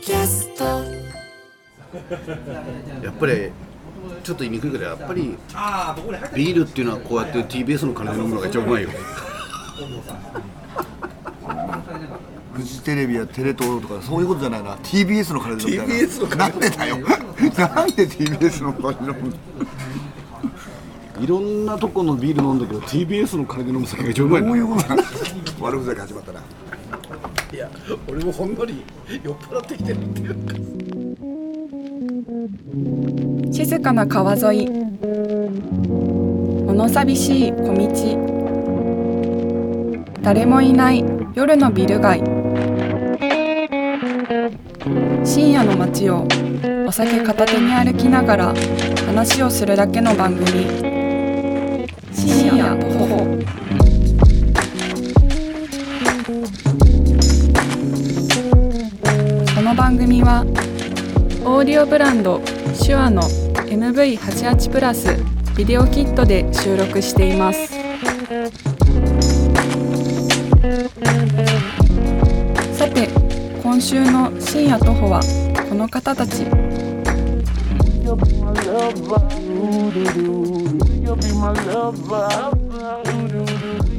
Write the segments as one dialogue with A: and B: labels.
A: キャスト
B: やっぱりちょっと言いにくいけどやっぱり
C: ああ、僕ら入って
B: ビールっていうのはこうやって TBS の金で飲むのが一番うまいよ
D: フジテレビやテレ東とかそういうことじゃない な TBS の金で飲むみたいな
B: TBS の
D: なんでだよ なんで TBS の金で飲むの
B: いろんなとこのビール飲んだけど TBS の金で飲む酒が一番うまい
D: こ
B: の
D: ういうことなんだ悪ふざけ始まったない
B: や俺もほんのり酔っ払ってきてるっていうか
A: 静かな川沿い物寂しい小道誰もいない夜のビル街深夜の街をお酒片手に歩きながら話をするだけの番組深夜ほほこの番組はオーディオブランド手話の MV88 プラスビデオキットで収録していますさて今週の深夜徒歩はこの方たち
E: You'll be my lover, ooh doo doo. You'll be my lover, ooh doo doo.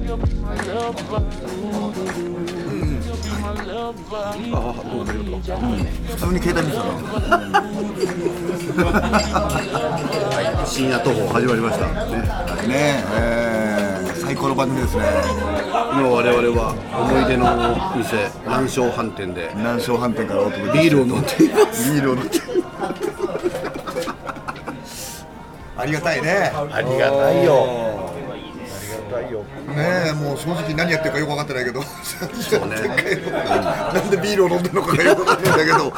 E: You'll be my lover, ooh doo doo. You'll be my lover.
D: 普通に携帯見てたな
B: 深夜徒歩始まりましたね
D: ねええー最高の番組ですね
B: 今我々は思い出の店南昌飯店で
D: 南昌飯店からお届け
B: ビールを飲んでいます
D: ビールを飲んでありがたいね
B: ありがたいよ
D: ねえもう正直何やってるかよく分かってないけど
B: うね
D: なんでビールを飲んでるのかがよく分かってないんだけど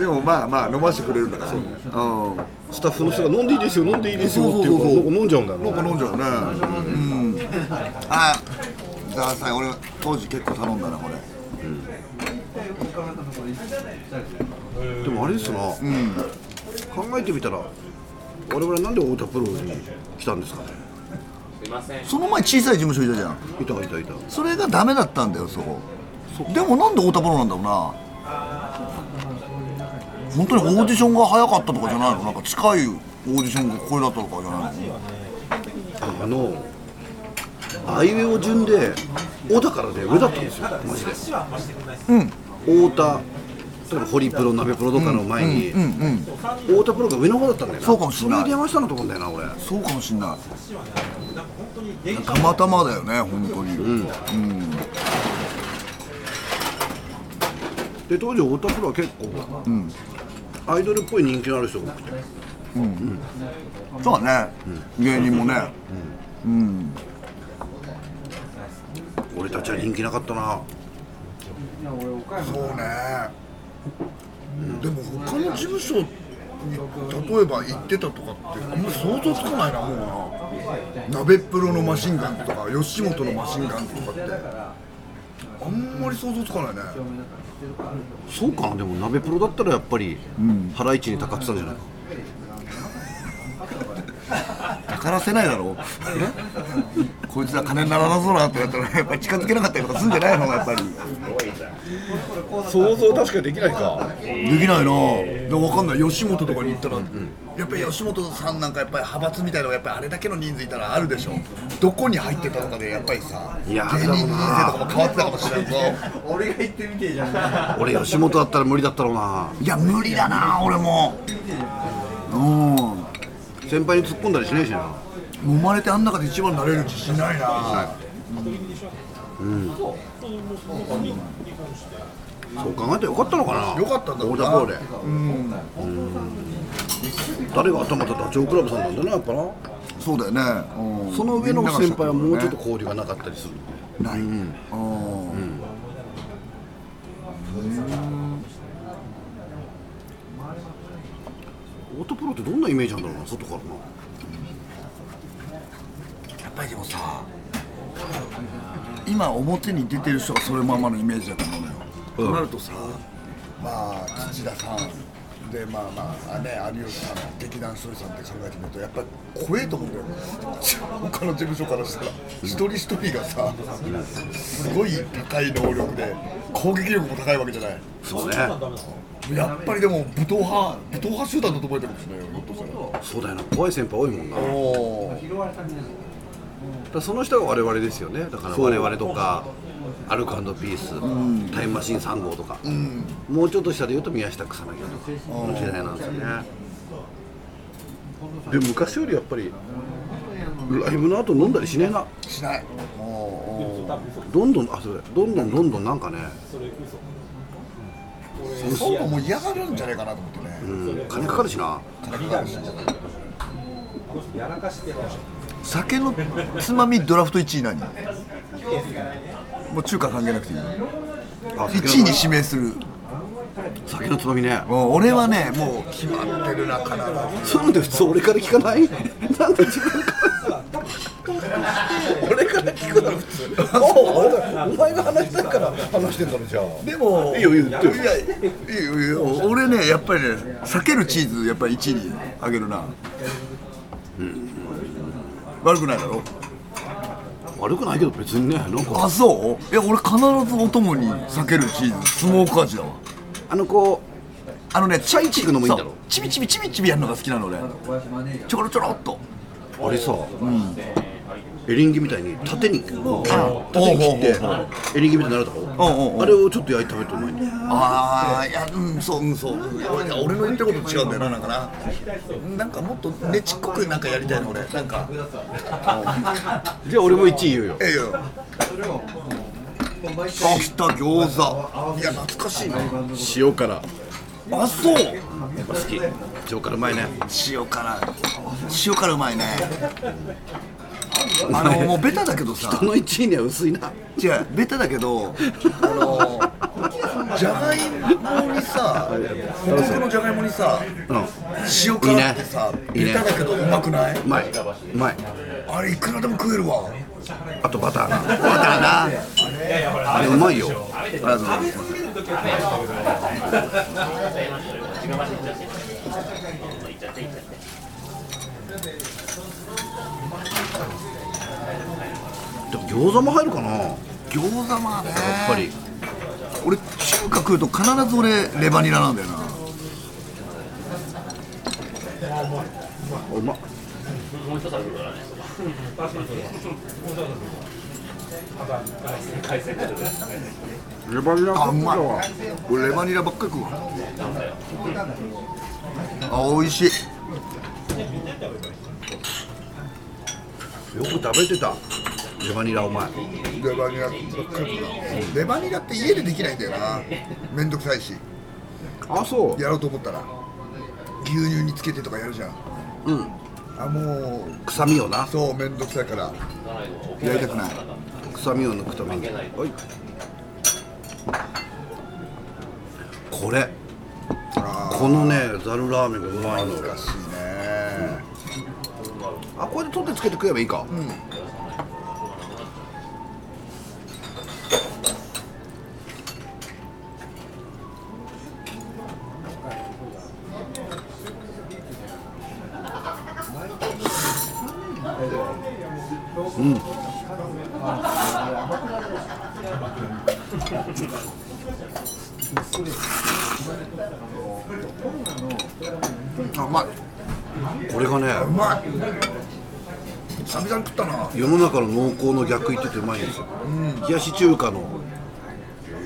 D: でもまあまあ飲ませてくれるんだからそう、ん、
B: スタッフの人が飲んでいいですよ飲んでいいですよってい
D: そうう
B: か
D: そうそうそう
B: なんか飲んじゃうんだろ
D: なんか飲んじゃうねうんあじゃあさ俺当時結構頼んだなこれ
B: うでもあれですな考えてみたら我々なんで太田プロに来たんですかね
D: その前小さい事務所いたじゃん
B: いたいたいた
D: それがダメだったんだよそこでもなんで太田プロなんだろうな本当にオーディションが早かったとかじゃないのなんか近いオーディションがこれだったとかじゃないの
B: あのアイウェオ順で小田からで上だったんですよマジでうん太田例えばホリプロ鍋プロとかの前に、太田プロが上の方だったんだよな
D: そうかもしれない
B: それで電話したんだと思うんだよな俺
D: そうかもしんないたまたまだよね本当に、
B: で当時太田プロは結構、アイドルっぽい人気のある人が多くて
D: そうだね、芸人もね、
B: 俺たちは人気なかったな
D: そうねでも他の事務所に例えば行ってたとかってあんま想像つかないなもうな鍋プロのマシンガンとか吉本のマシンガンとかってあんまり想像つかないね
B: そうかなでも鍋プロだったらやっぱり、ハライチにたかってたんじゃないか
D: たからせないだろ こいつら金にならなそうなってなったらやっぱり近づけなかったりとかするんじゃないのやっぱり
B: 想像確かにできないか
D: できないなで分かんない吉本とかに行ったら、やっぱり吉本さんなんかやっぱり派閥みたいなのがやっぱりあれだけの人数いたらあるでしょどこに入ってたとかでやっぱりさ
B: いや
D: 芸人人生とかも変わってたかもしれないぞ
B: 俺吉本だったら無理だったろうない
D: や無理だな俺もうん
B: 先輩に突っ込んだりしないしな
D: 生まれてあん中で一番なれる自信ないな、
B: そう考えたらよかったのかな
D: よかったんだろ
B: オ
D: う
B: ー
D: な
B: ダーボールで誰が頭立ったダチョウ倶楽部さんなんだなやっぱな
D: そうだよね、うん
B: その上の先輩はもうちょっと
D: ね
B: 交流がなかったりする
D: ない、うん
B: オートプロってどんなイメージなんだろうな外からな
D: やっぱりでもさ今表に出てる人がそれままのイメージだと思うのよ、となるとさまあ土田さん
F: でまあまああね有吉さん劇団ひとりさんって考えてみるとやっぱり怖えと思うんだよ他の事務所からしたら一人一人がさすごい高い能力で攻撃力も高いわけじゃない
B: そうね
F: やっぱりでも武闘派武闘派集団だと思えてるんですねひょっとしたら
B: そうだよな怖い先輩多いもんなだか
F: おー
B: らその人が我々ですよねだから我々とかアルコピース、タイムマシーン3号とか、もうちょっと下で言うと宮下草薙とかこの時代なんですよねで昔よりやっぱりライブの後飲んだりしねえな
F: しないも
B: どんどんあそれどんどんどんどんなんかね、
F: うそうもう嫌がるんじゃないかなと思ってね
B: うん、金かかるしな
D: 酒のつまみドラフト1位何もう中華関係なくていい
B: あ
D: 1位に指名する
B: 酒のつまみね
D: もう俺はねもう決ま
F: 合ってるなかなだ
B: そうなんで普通俺から聞かないなんで自分から俺から聞くだろ普通おお前が話したいから話してんだろじゃあ
D: でも
B: いいよ言ってよ
D: いやいやいや俺ねやっぱりね避けるチーズやっぱり1位にあげるな、悪くないだろ
B: 悪くないけど別にねなんか
D: あそういや俺必ずお供に避けるチーズスモーク味だわ
B: あのこ
D: あのねチビチ
B: チーズのもいいんだろ
D: そうチビチビチビチビやるのが好きなの俺ちょろちょろっと
B: うあれさ、エリンギみたいに縦にこう縦に切ってエリンギみたいになるだ
D: うんうんう
B: ろ
D: ん
B: あれをちょっと焼いて食べるとうまいんだよ
D: ああいやうんそううんそう俺俺の言ってることと違うんだよななんかななんかもっとねちっこくなんかやりたいの俺なんか
B: じゃあ俺も1位言うよ
D: ええよあ来た餃子いや懐かしいな
B: 塩辛
D: あそう
B: やっぱ好き塩辛うまいね
D: 塩辛塩辛うまいねあのもうベタだけどさ
B: この1位には薄いな
D: 違うベタだけどあのじゃがいもにさ
F: ホクホクのじゃがいもにさ
B: うん
D: 塩
B: いい
D: 辛
B: ね
D: ってさ
B: いい
D: ベ
B: ね
D: タだけどうまくないう
B: まいうまい
D: あれいくらでも食えるわ
B: あとバターなバターなあれうまいよありがとうございますでも餃子も入るかなやっ
D: 餃子まあね
B: ぱり
D: 俺中華食うと必ず俺レバニラなんだよな
B: うまっレバニラ
D: あうまい俺レバニラばっかり食うわあ美味しい
B: よく食べてたレバニラお前
F: レバニラばっかりだレバニラって家でできないんだよなめんどくさいし
B: あそ
F: やろうと思ったら牛乳につけてとかやるじゃん
B: ううん
F: あもう
B: 臭みをな
F: そうめんどくさいから
D: やりたくない
B: 臭みを抜くためにはいこれ
F: あ
B: このねざるラーメンがうまいの
F: ー
B: よ
F: 難しいね
B: あこれで取ってつけて食えばいいか
D: あうまい
B: これがね
F: うまい久々に食ったな
B: 世の中の濃厚の逆言っててうまいんですよ、冷やし中華の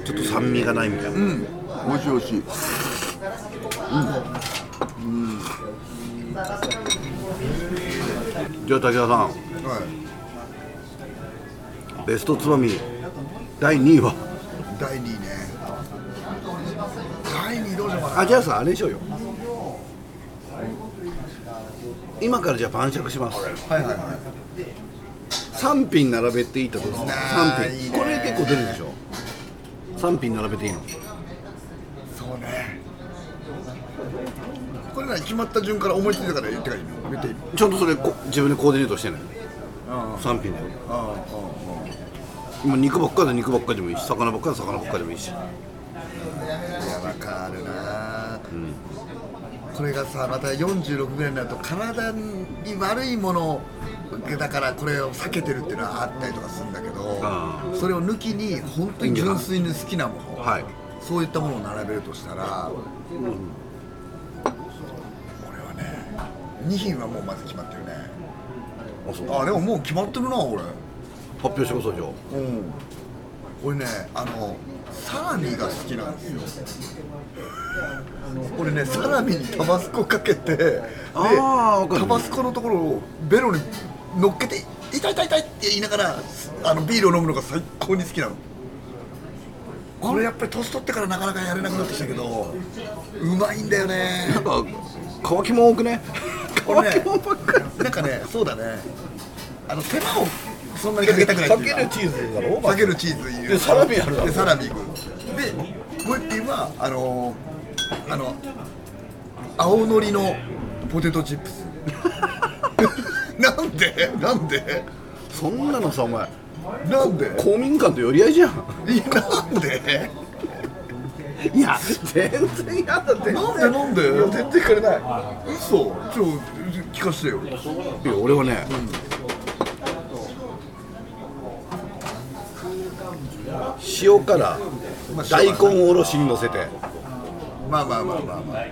B: ちょっと酸味がないみたいな、
D: 美味しい美味しい
B: じゃあ武田さんベストつまみ第2位は
F: 第2位ね第2位どうしようかな
B: あじゃあさあれにしようよ今からじゃあ晩酌します
F: はいはいはい
B: 3品並べていいってことですね
F: あー
B: 3
F: いいね
B: 品これ結構出るでしょ3品並べていいの
F: そうねこれな決まった順から思いついたから言ってからいいの言っていいの
B: ちゃんとそれこ自分でコーディネートしてない3品だよ今肉ばっかりで肉ばっかりでもいいし魚ばっかりで魚ばっかりでもいいし
F: いやわかるな、
D: これがさまた46ぐらいになると体に悪いものだからこれを避けてるっていうのはあったりとかするんだけど
B: あ
D: それを抜きに本当に純粋に好きなもの、
B: はい
D: そういったものを並べるとしたら、俺はね2品はもうまず決まってるね
B: あそう
D: あでももう決まってるな俺
B: 発表してくださいじゃあ
D: うん俺ねあのサラミが好きなんですよ俺ねサラミにタバスコかけてで
B: あーわかる
D: タバスコのところをベロに乗っけて「痛い痛い痛い」って言いながらあのビールを飲むのが最高に好きなのこれやっぱり年取ってからなかなかやれなくなってきたけどうまいんだよね
B: なんか乾きもん多くね
D: これ
B: 乾
D: ね
B: きもんばっかり
D: なんかねそうだねあの手間をそんなにかけたくないっていうか
B: ーズだろ
D: かけるチーズいる
B: でサラミあるだろ
D: でサラミいくでもう一品はあのー、あの青のりのポテトチップスなんでなんで
B: そんなのさお前
D: なんで
B: 公民館と寄り合いじゃん
D: いやなんで
B: いや全然嫌だって
D: なんでなんで
B: 全然くれない
D: 嘘ちょ聞かせてよ
B: いや俺はね、塩辛大根おろしにのせて
D: まあまあまあまあまあ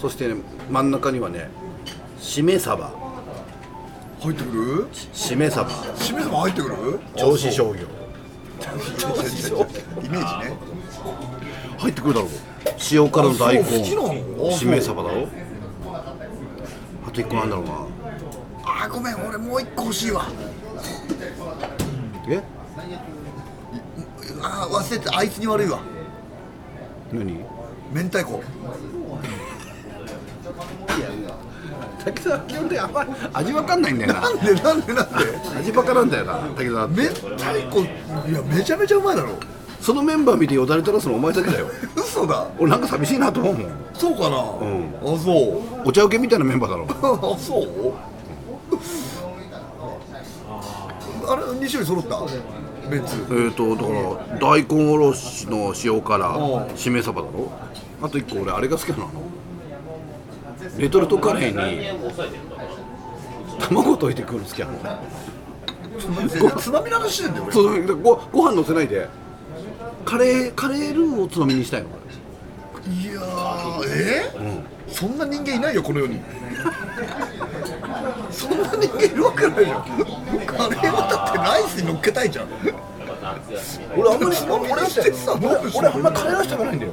B: そして、ね、真ん中にはねしめ鯖
D: 入ってくる
B: しめ鯖
D: しめ鯖入ってくる
B: 銚子商業
D: イメージね
B: 入ってくるだろう塩辛の大
D: あそう好きなのあ
B: 根しめ鯖だろあと一個なんだろうな
D: あーごめん俺もう一個欲しいわ
B: え
D: あー忘れてたあいつに悪いわ
B: 何
D: 明太子
B: 滝沢基本的にあんまり味わかんないんだよな
D: なんでなんでなんで
B: 味バカなんだよな滝沢って
D: 明太子いやめちゃめちゃうまいだろ
B: そのメンバー見てよだれ垂らすのお前だけだよ
D: 嘘だ
B: 俺なんか寂しいなと思うもん
D: そうかな、
B: ん
D: あそう
B: お茶受けみたいなメンバーだろ
D: あそうあれ2種類揃ったメンツ
B: えっとだから大根おろしの塩辛
D: う
B: しめ鯖だろあと一個俺あれが好きなのレトルトカレーに卵溶いてくるの好きなの
D: つまみの話してんだよ俺
B: そうだからごご飯のせないでカレーカレールーをつまみにしたいの
D: いやーえーそんな人間いないよこの世に そんな人間いるわけないじゃんカレーはだってライスに乗っけたいじゃん
B: 俺あんまり
D: つまみにしてさ
B: 俺俺あんまりカレーライス食べないんだよ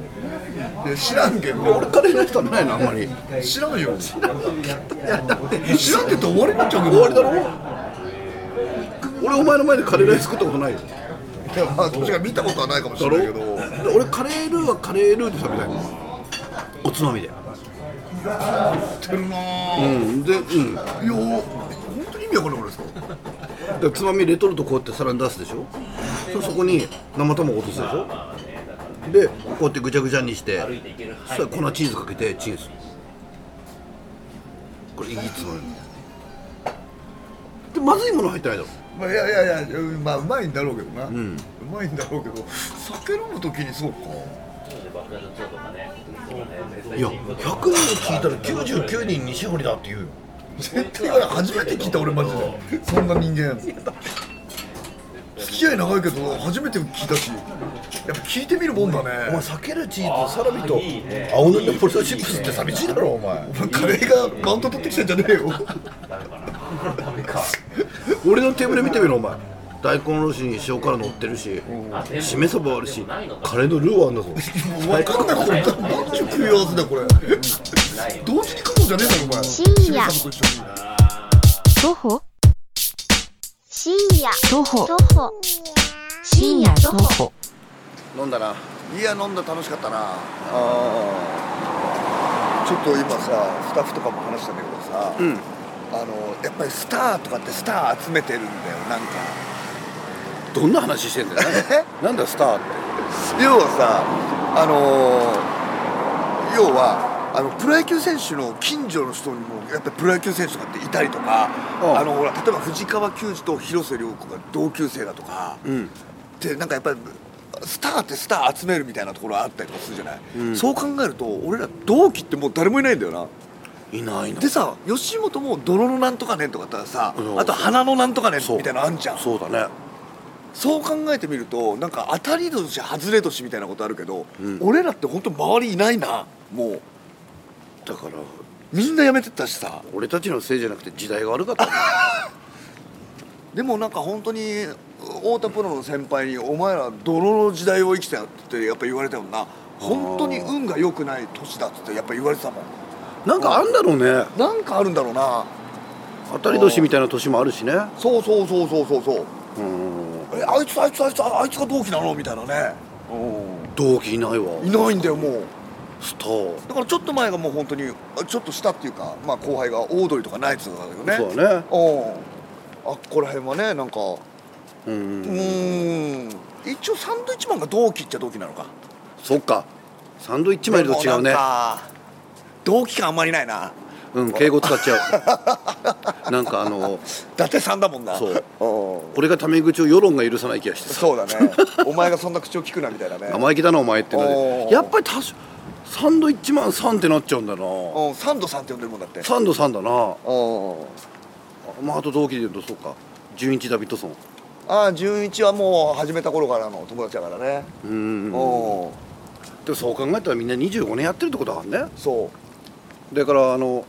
D: いや知らんけど
B: 俺カレーライス食べないのあんまり
D: 知らんよ知らんって言ったら終わりになっちゃう
B: 終
D: けど
B: わりだろ俺お前の前でカレーライス食ったことないよ
D: いやまあ確かに見たことはないかもし
B: だ
D: れ
B: ろ
D: ないけど
B: 俺カレールーはカレールーで食べたいのおつまみで
D: 知ってるな
B: う
D: ぁ、
B: んでうんだか
D: いや本当に意味わかんないこれですから
B: つまみレトルトこうやって皿に出すでしょそそこに生卵落とすでしょでこうやってぐちゃぐちゃにしてそしたら粉チーズかけてチンするこれいいつまみでまずいもの入ってないだろ
D: まあいやいやいやうんまあうまいんだろうけどな、うまいんだろうけど酒飲む時にそうか
B: いや100人聞いたら99人西堀だって言うよ
D: 絶対言わない初めて聞いた俺マジでそんな人間付き合い長いけど初めて聞いたしやっぱ聞いてみるもんだ
B: お前
D: ね
B: 避けるチーズサラミと青のりのポテトチップスって寂しいだ ろお前
D: お前カレーがマウント取ってきたんじゃねえ よ
B: 俺のテーブル見てみろお前大根おろしに塩辛乗ってるし、しめ鯖あるしカレーのルーはあんだぞ
D: 分かんないこれ何ちゅう組み合わせだ よこれ同時に食うんじゃねえだろお前
G: 深
D: 清
G: 夜
D: 水さんと一緒に
G: 徒歩深夜
H: 徒歩
G: 徒歩深夜徒歩
B: 飲んだない
D: や飲んだ楽しかったなあーちょっと今さスタッフとかも話したんだけどさ、あのやっぱりスターとかってスター集めてるんだよなんか
B: どんな話してんだよななんだスターって
D: 要はさあのー要はあのプロ野球選手の近所の人にもやっぱりプロ野球選手とかっていたりとか
B: うん
D: あのほら例えば藤川球児と広瀬涼子が同級生だとか、
B: ん
D: でなんかやっぱりスターってスター集めるみたいなところあったりとかするじゃない、そう考えると俺ら同期ってもう誰もいないんだよない
B: ないな
D: でさ吉本も「泥のなんとかねん」とかあったらさ
B: うん
D: あと「花のなんとかねん」
B: そう
D: みたいなのあんじゃん
B: そうだね
D: そう考えてみるとなんか当たり年外れ年みたいなことあるけど、
B: うん
D: 俺らって本当周りいないなもう
B: だから
D: みんな辞めてったしさ
B: 俺たちのせいじゃなくて時代が悪かったんだよ
D: でもなんか本当に太田プロの先輩に「お前ら泥の時代を生きてたよ」ってやっぱ言われたよな本当に運が良くない年だってやっぱ言われてたもん
B: なんかあんだろうね
D: なんかあるんだろうな
B: 当たり年みたいな年もあるしね
D: そうそうそうそうそうそう
B: うん
D: えあいつあいつあいつあいつが同期なのみたいなねう
B: 同期いないわ
D: んいないんだよもう
B: スター
D: だからちょっと前がもう本当にあちょっと下っていうか、まあ、後輩がオードリーとかナイツとかだけどね
B: そうだね
D: うんあっこら辺はねなんか
B: うん
D: うーん一応サンドイッチマンが同期っちゃ同期なのか
B: そっかサンドイッチマンいると違う
D: でも
B: ね
D: なんか同期感あんまりないな
B: うん敬語使っちゃうなんかあの
D: 伊達さんだもんな
B: そうん俺がタメ口を世論が許さない気がしてさ
D: そうだね お前がそんな口を聞くなみたいなね
B: 生意気だなお前ってな
D: お
B: る
D: ー
B: やっぱり多少サンドイッチマンさんってなっちゃうんだな
D: うんサンドさんって呼んでるもんだって
B: サンドさんだな
D: うん
B: まああと同期で言うとそうか純一ダビッドソン
D: ああ純一はもう始めた頃からの友達だからね
B: うんうんう
D: う
B: ん
D: ん
B: でもそう考えたらみんな25年やってるってことだからね
D: そう
B: だからあの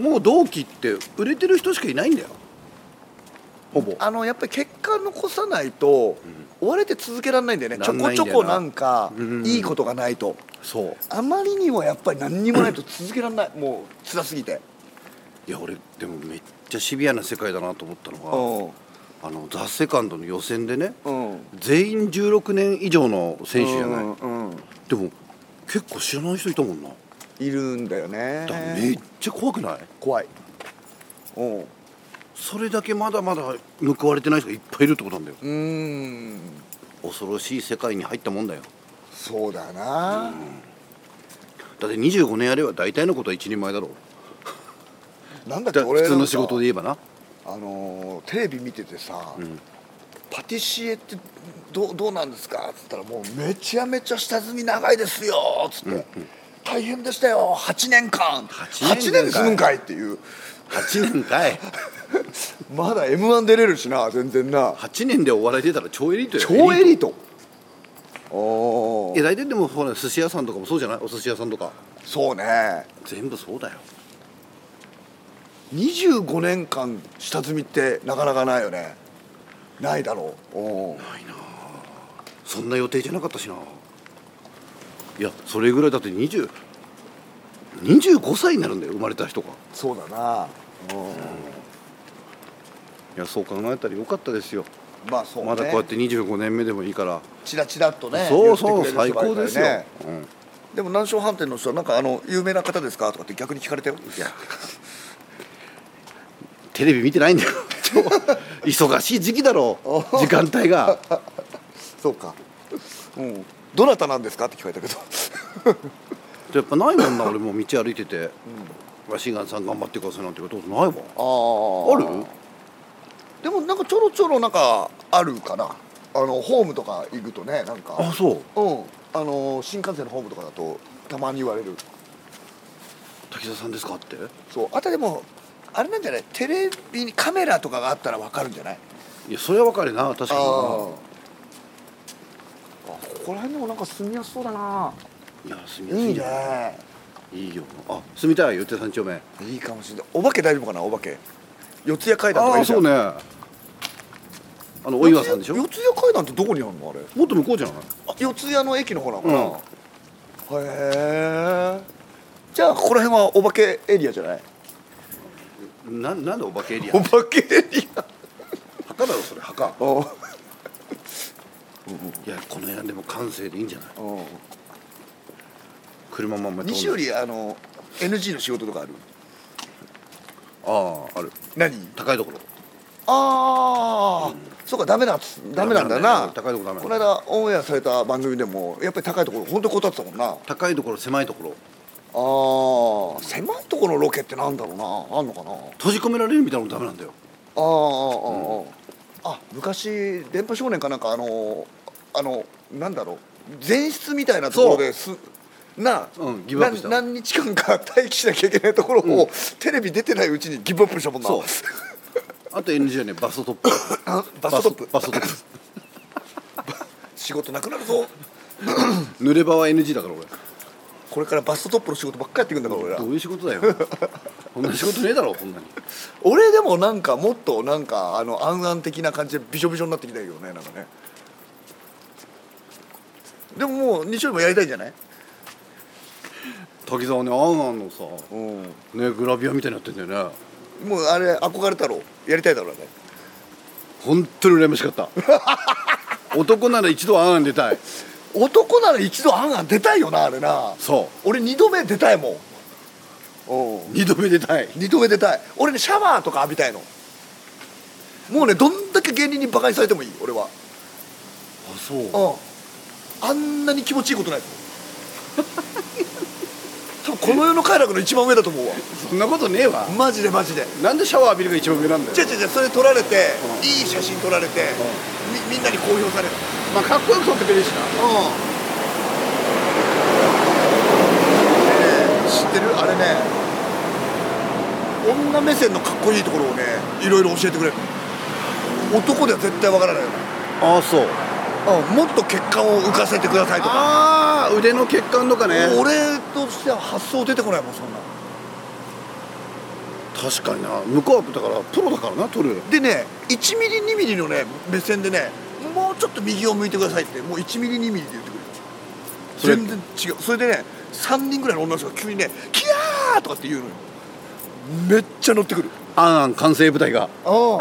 B: もう同期って売れてる人しかいないんだよほぼ
D: あのやっぱり結果残さないと、追われて続けられないんだよねちょこちょこな
B: なんない
D: んか
B: んだよなうんうん
D: いいことがないと
B: そう
D: あまりにもやっぱり何にもないと続けられないもう辛すぎて
B: いや俺でもめっちゃシビアな世界だなと思った
D: う
B: の
D: ん
B: があのザ・セカンドの予選でね
D: うん
B: 全員16年以上の選手じゃない、
D: うんうん
B: でも結構知らない人いたもんな、
D: いるんだよね
B: だからめっちゃ怖くない
D: 怖いうんう
B: それだけまだまだ報われてない人がいっぱいいるってことなんだよ
D: ーん
B: 恐ろしい世界に入ったもんだよ
D: そうだな、
B: だって25年やれば大体のことは一人前だろう
D: なんだっけ
B: だ
D: 俺
B: 普通
D: なん
B: の
D: か
B: 仕事で言えばな
D: あのーテレビ見ててさ、
B: ん
D: パティシエってどうどうなんですか?」っつったら「もうめちゃめちゃ下積み長いですよ」っつって、大変でしたよ8年間
B: 8年
D: で済むんかい」っていう
B: 8年か い
D: まだ m 1出れるしな全然な
B: 8年でお笑い出たら超エリートよ
D: 超エリー
B: ト
D: トお
B: いや
D: ー
B: 大体でもほら寿司屋さんとかもそうじゃないお寿司屋さんとか
D: そうね
B: 全部そうだよ
D: 25年間下積みってなかなかないよねないだろうおー
B: そんな予定じゃなかったしな。いや、それぐらいだって20。25歳になるんだよ生まれた人がい
D: そうだな
B: やそう考えたらよかったですよ、
D: まあそうね
B: まだこうやって25年目でもいいから、
D: チラチラっとね
B: そうそう
D: 言ってくれ
B: 最
D: る人が
B: 高
D: いるから
B: ですよ、
D: ねでも南昌飯店の人はなんかあの有名な方ですかとかって逆に聞かれたよいや
B: うんテレビ見て ないんだよ今日忙しい時期だろう時間帯 が
D: そうかうんどなたなんですかって聞かれたけど
B: やっぱないもんな俺もう道歩いてて「わしがんさん頑張ってください」なんて言われたことないわあ
D: あ
B: る
D: でもなんかちょろちょろなんかあるかなあのホームとか行くとねなんか
B: あそう
D: うんあの新幹線のホームとかだとたまに言われる
B: 滝沢さんですかって
D: そうあとでもあれなんじゃないテレビにカメラとかがあったらわかるんじゃない
B: いやそれは分かるな確かにな
D: あここら辺でもなんか住みやすそうだない
B: や住みやす
D: い
B: い
D: い
B: じゃん
D: ね
B: いいよあ住みたいよって三丁目
D: いいかもしれないお化け大丈夫かなお化け四谷階段と
B: あ
D: かい
B: あ
D: るじゃ
B: そ
D: ん
B: うねあのお岩さんでしょ
D: 四
B: も
D: 谷階段ってどこにあるのあれ
B: っと向こうじゃない
D: あ四谷の駅の方なのかな、へえじゃあここら辺はお化けエリアじゃない
B: ななんでお化けエリア
D: お化けエリ ア
B: 墓だろそれ墓
D: うんうん
B: いやこの辺でも感性でいいんじゃない車まんま通んない
D: 西よりあの NG の仕事とかある
B: ああある
D: 何
B: 高いところ
D: ああ、そうかダメなダメなんだ
B: ダ
D: な
B: メなんだよ高いとこダメ
D: この間オンエアされた番組でもやっぱり高いところ本当に断ってたもんな
B: 高いところ狭いところ
D: ああ狭いところのロケってなんだろうなあんのかな
B: 閉じ込められるみたいなのもダメなんだよ
D: あああああああ昔電波少年かなんかあのあのなんだろう前室みたいなところですな,、
B: うんギブアップした
D: な何日間か 待機しなきゃいけないところを、テレビ出てないうちにギブアップしたもんな
B: そうあと NG はねバストトップ
D: あバストトップ
B: バストトッ
D: 仕事なくなるぞ
B: プ濡れ場は NG だから俺
D: これからバストトップの仕事ばっかやっていくんだから俺ら
B: どういう仕事だよこんな仕事ねえだろこんなに
D: 俺でもなんかもっとなんかあの暗々的な感じでびしょびしょになってきたけどねなんかねでももう西尾もやりたいんじゃない
B: 滝沢ねあんあんのさ
D: うん
B: ねグラビアみたいになってんだよね
D: もうあれ憧れたろやりたいだろうね
B: 本当に羨ましか った男なら一度あんあん出たい
D: 男なら一度あんあん出たいよなあれな
B: そ
D: 俺二度目出たいもんお
B: う二度目出たい
D: 二度目出たい俺ねシャワーとか浴びたいのもうねどんだけ芸人にバカにされてもいい俺は
B: あそう
D: うんあんなに気持ちいいことない多分この世の快楽の一番上だと思うわ
B: そんなことねえわ
D: マジでマジで
B: なんでシャワー浴びるが一番上なんだ
D: 違う
B: よ
D: 違う違うそれ撮られて、
B: うん
D: いい写真撮られて、みみんなに公表される
B: まあかっこよく撮ってくれるしな
D: うん、ねえ知ってるあれね女目線のかっこいいところをねいろいろ教えてくれる男では絶対わからないよ、
B: ああそう
D: うん、もっと血管を浮かせてくださいとか
B: ああ腕の血管とかね
D: 俺としては発想出てこないもんそんな
B: 確かにな向こうはだからプロだからな撮る
D: でね1ミリ2ミリのね目線でねもうちょっと右を向いてくださいってもう1ミリ2ミリで言ってくれる
B: それ
D: 全然違うそれでね3人ぐらいの女の人が急にね「キャー!」とかって言うのよめっちゃ乗ってくる
B: あんあん完成部隊が
D: 「ああ!」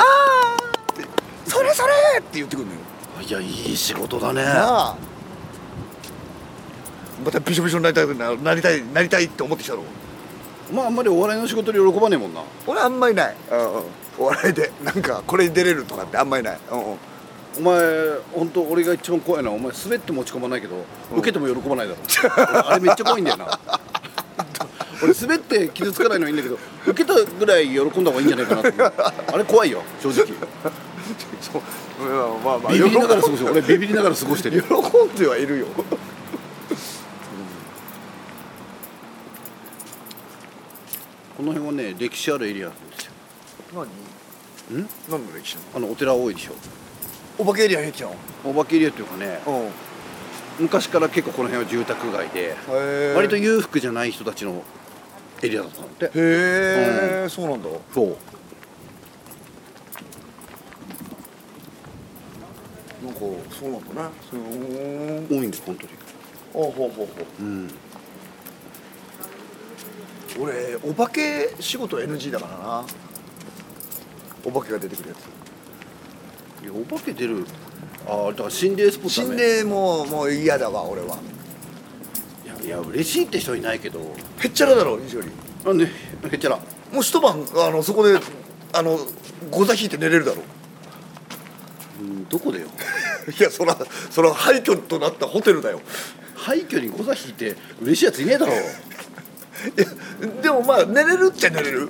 D: って「それそれ!」って言ってくるのよ
B: いやいい仕事だね
D: なあまたびしょびしょになりたいななりたいなりたいって思ってきたろ
B: まああんまりお笑いの仕事に喜ばねえもんな
D: 俺あんまりない、うんうん、お笑いでなんかこれに出れるとかってあんまりない、うんうん、
B: お前本当俺が一番怖いのはお前滑って持ち込まないけど、受けても喜ばないだろ 俺あれめっちゃ怖いんだよな俺滑って傷つかないのはいいんだけど受けたぐらい喜んだ方がいいんじゃないかなって思うあれ怖いよ正 直
D: そうまあまあ
B: ビビりながら過ごしてる俺ビビりながら過ごしてるよ
D: 喜んではいるよ
B: この辺はね歴史あるエリアなんですよ
D: 何
B: ん
D: 何の歴史なの
B: あのお寺多いでしょ
D: お化けエリア平気なの
B: お化けエリアっていうかね
D: うんへ
B: 昔から結構この辺は住宅街で
D: え
B: 割と裕福じゃない人たちのエリアだったんで
D: へえ、そうなんだ
B: そう
D: なんかそうなんだねそうーん
B: 多いんです本当に
D: あほうほうほう
B: うん
D: 俺お化け仕事 NG だからなお化けが出てくるやつ
B: いやお化け出るああだから心霊スポットダ
D: 心
B: メ
D: 霊ももう嫌だわ俺はい
B: やいや嬉しいって人いないけど
D: へっちゃらだろ西より
B: なんでへっちゃら
D: もう一晩あのそこであのゴザ引いて寝れるだろ
B: うんどこでよ
D: いやそらそら廃墟となったホテルだよ
B: 廃墟にゴザ引いて嬉しいやついねえだろ
D: い やでもまあ寝れるっちゃ寝れる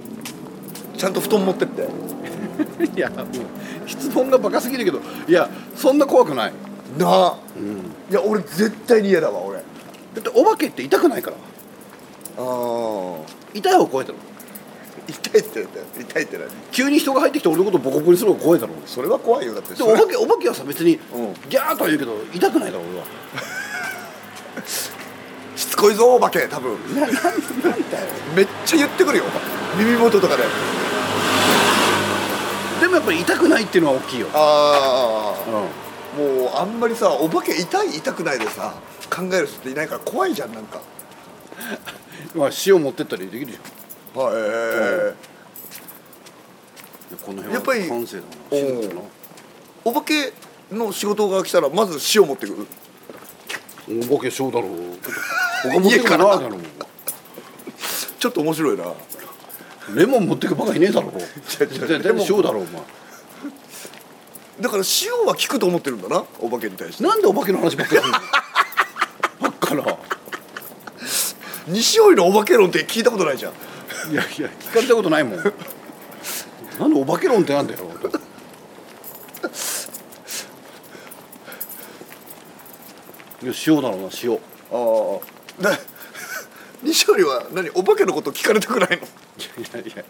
D: ちゃんと布団持ってって
B: いやもう質問がバカすぎるけどいやそんな怖くない
D: なあ
B: うん
D: いや俺絶対に嫌だわ俺あ
B: だってお化けって痛くないから
D: あ
B: 痛い方怖いだろ
D: 痛いって痛いって何
B: 急に人が入ってきて俺のことボコボコにする方が怖いだろ
D: それは怖いよだって
B: で
D: そ
B: お
D: れ
B: 化けお化けはさ別に、
D: ん
B: ギャーとは言うけど痛くないだろ俺は
D: しつこいぞお化け多分めっちゃ言ってくるよ耳元とかで
B: でもやっぱり痛くないっていうのは大きいよ、
D: あ
B: うん、
D: あもうあんまりさお化け痛い痛くないでさ考える人っていないから怖いじゃんなんか
B: まあ塩持ってったりできるじゃん
D: はい
B: やこの辺は
D: やっぱり
B: 感性だな
D: おう
B: 静かだな
D: お化けの仕事が来たらまず塩持ってくる
B: お化けしようだろう他持ってくるないだろう
D: ちょっと面白いな
B: レモン持ってくバカいねえだろ う
D: 違う違う
B: 絶
D: レモ
B: 対
D: ン
B: しようだろうお前
D: だから塩は効くと思ってるんだなお化けに対して
B: なんでお化けの話ばっかりす るのばっから
D: 西尾井のお化け論って聞いたことないじゃん
B: いやいや聞かれたことないもんなんでお化け論ってなんだよいや塩だろうな塩
D: ああな 西堀は何お化けのこと聞かれたくないの
B: いやいや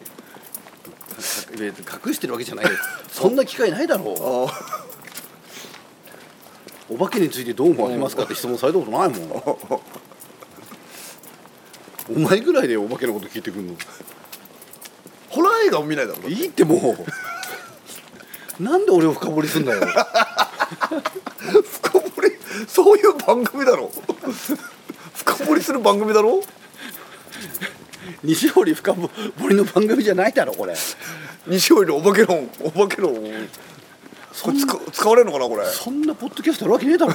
B: 別に隠してるわけじゃないよそんな機会ないだろ
D: ああ
B: うお化けについてどう思われますかって質問されたことないもんお前ぐらいでお化けのこと聞いてくんの
D: ホラー映画を見ないだろう
B: いいってもうなんで俺を深掘りすんだよ
D: 深掘りそういう番組だろ 深掘りする番組だろ
B: 西堀深掘りの番組じゃないだろこれ
D: 西堀のお化け論お化け論これ使使われるのかなこれ
B: そんなポッドキャストやるわけねえだろ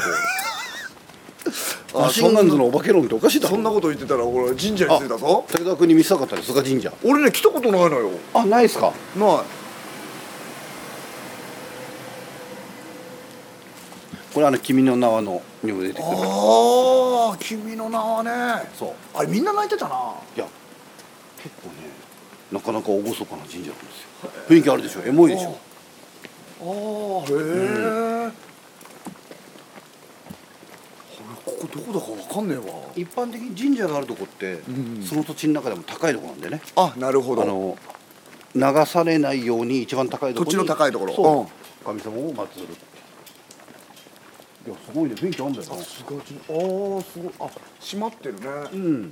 D: あ
B: マシンガンズのお化け論っておかしいだろ
D: そんなこと言ってたら俺神社に着いたぞ
B: 武田君に見せたかったです菅神社
D: 俺ね来たことないのよ
B: あないですか
D: ない
B: これあの「君の名は」のにも出てくる
D: ああ君の名はね
B: そう
D: あれみんな泣いてたない
B: や結構ねなかなか厳かな神社なんですよ雰囲気あるでしょエモいでしょ
D: あーへえ、これここどこだかわかんねえ
B: 一般的に神社があるとこって、その土地の中でも高いとこなんでね
D: わあなる
B: あ
D: ほ
B: の流されないように一番高いところ
D: 土地の高いところ
B: そう、神様を祀るいやすごいね雰囲気あんだよな
D: あすごいあーすごいあ閉まってるね
B: うん、っ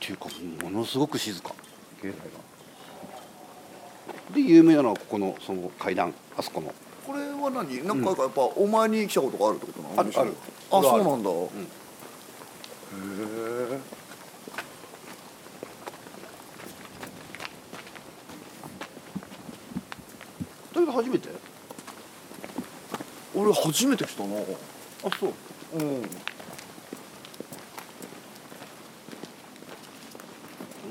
B: ていうかものすごく静か境内がで有名なのはここのその階段あそこの
D: これは何何回かやっぱお前に来たことがあるってことなの
B: あるある
D: あ
B: 俺はあ
D: そう
B: る
D: なんだ、へえ
B: とりあえず初めて
D: 俺初めて来たな
B: あそう
D: うん
B: こ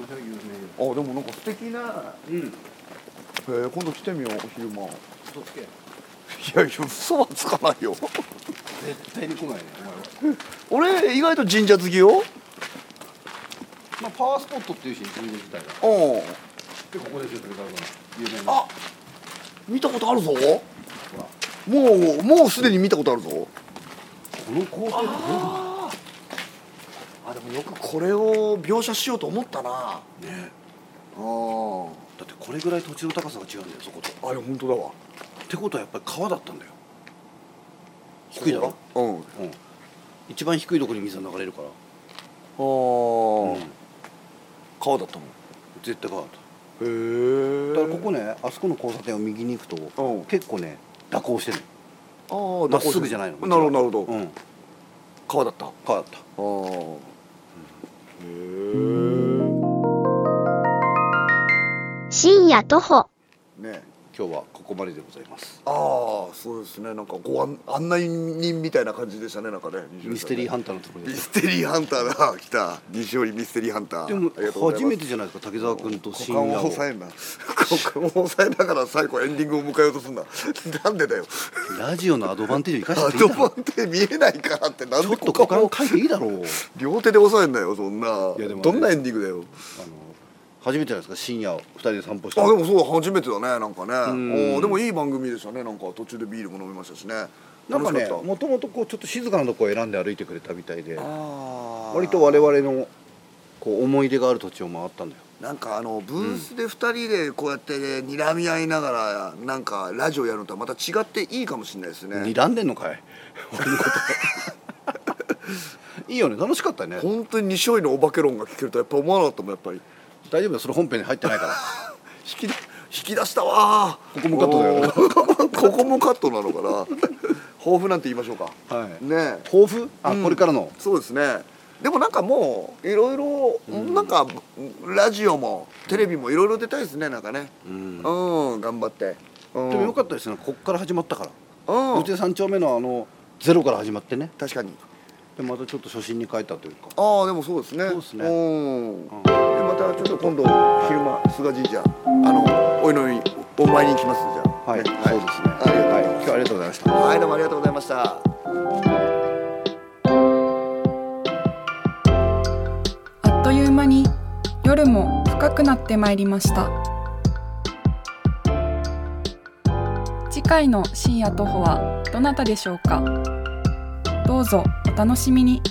B: の辺有
D: あでもなんか素敵なへ
B: 名うん
D: え今度来てみよう昼間い
B: 嘘つけ
D: やいや嘘はつかないよ
B: 絶対に来ないねお前は
D: 俺意外と神社好きよ
B: まあパワースポットっていうし神社自体が
D: うん
B: でここですよ武田君有名な
D: あ見たことあるぞもうもうすでに見たことあるぞ
B: この工程ってどうな
D: あでもよくこれを描写しようと思ったな
B: のね
D: あ
B: だってこれぐらい土地の高さが違うんだよそこと
D: あれ本当だわ
B: ってことはやっぱり川だったんだよ低いだろ
D: う
B: う
D: ん
B: ん一番低いところに水が流れるから
D: ああ、
B: うん
D: 川だったの
B: 絶対川だと
D: へえ
B: だからここねあそこの交差点を右に行く
D: う
B: と
D: ん
B: 結構ね蛇行してる
D: こあ
B: ま
D: あ
B: っすぐじゃないの
D: なるほどなるほど、
B: うん
D: 川だったあ
B: 川だった
D: あ、へ
G: 深夜徒歩。
D: えね
B: 今日はここまででございます
D: ああそうですねなんかご案案内人みたいな感じでしたねなんかね
B: ミステリーハ
D: ン
B: ンターのところ
D: ミ
B: で
D: ステリーハンターだ 来た西織ミステリーハンター
B: でも
D: ありがとうござい
B: 初
D: ます
B: めてじゃないですか滝沢君と
D: 股
B: 深
D: 間を
B: 夜を
D: 抑えんな股間を抑えながら最後エンディングを迎えようとすんな なんでだよ
B: ラジオのアドバンテージを生か
D: ア
B: していい
D: ド
B: だ
D: バ
B: ろ
D: ンテージ見えないからってなん
B: ちょ
D: で
B: っと
D: 股
B: 股
D: 間
B: 間
D: を
B: を書いていいだろう
D: 両手で押さえんなよそんない
B: やでもね
D: どんなエンディングだよ
B: あの 初めてじゃないですか深夜を2人で散歩した
D: あ
B: の
D: でもそう初めてだねなんか
B: ん
D: ねおーでもいい番組でしたねなんか途中でビールも飲みましたしね
B: なんかね
D: 楽しった
B: もともとこうちょっと静かなとこを選んで歩いてくれたみたいで
D: あー
B: 割と我々のこう思い出がある土地を回ったんだよ
D: なんかあのブースで2人でこうやってね睨み合いながらなんかラジオやるのとはまた違っていいかもしれないですね
B: 睨んでんのかい 俺のこと いいよね楽しかったね
D: 本当に西尾井のお化け論が聞けるとやっぱ思わなかったもんやっぱり
B: 大丈夫だよそれ本編に入ってない から
D: 引き引き出したわー
B: ここもカットだよね
D: おー ここもカットなのか な抱負なんて言いましょうか
B: はい
D: ねえ
B: 抱負あ、
D: うん
B: これからの
D: そうですねでもなんかもういろいろなんかラジオもテレビもいろいろ出たいですねなんかね
B: う
D: うん
B: で
D: ん頑張ってうん
B: もよかったですねこっから始まったから
D: う
B: 宇
D: ん
B: 治三丁目のあのゼロから始まってね
D: 確かに
B: でまたちょっと初心に帰ったというか
D: ああでもそうですね
B: そうですね
D: んでまたちょっと今度昼間菅神社あのお祈りお参りに行きますじゃあ
B: はい、
D: ね
B: そうですね
D: ありがとうございます
B: はい、今日はありがとうございました
D: はいどうもありがとうございました
A: あっという間に夜も深くなってまいりました次回の深夜徒歩はどなたでしょうかどうぞお楽しみに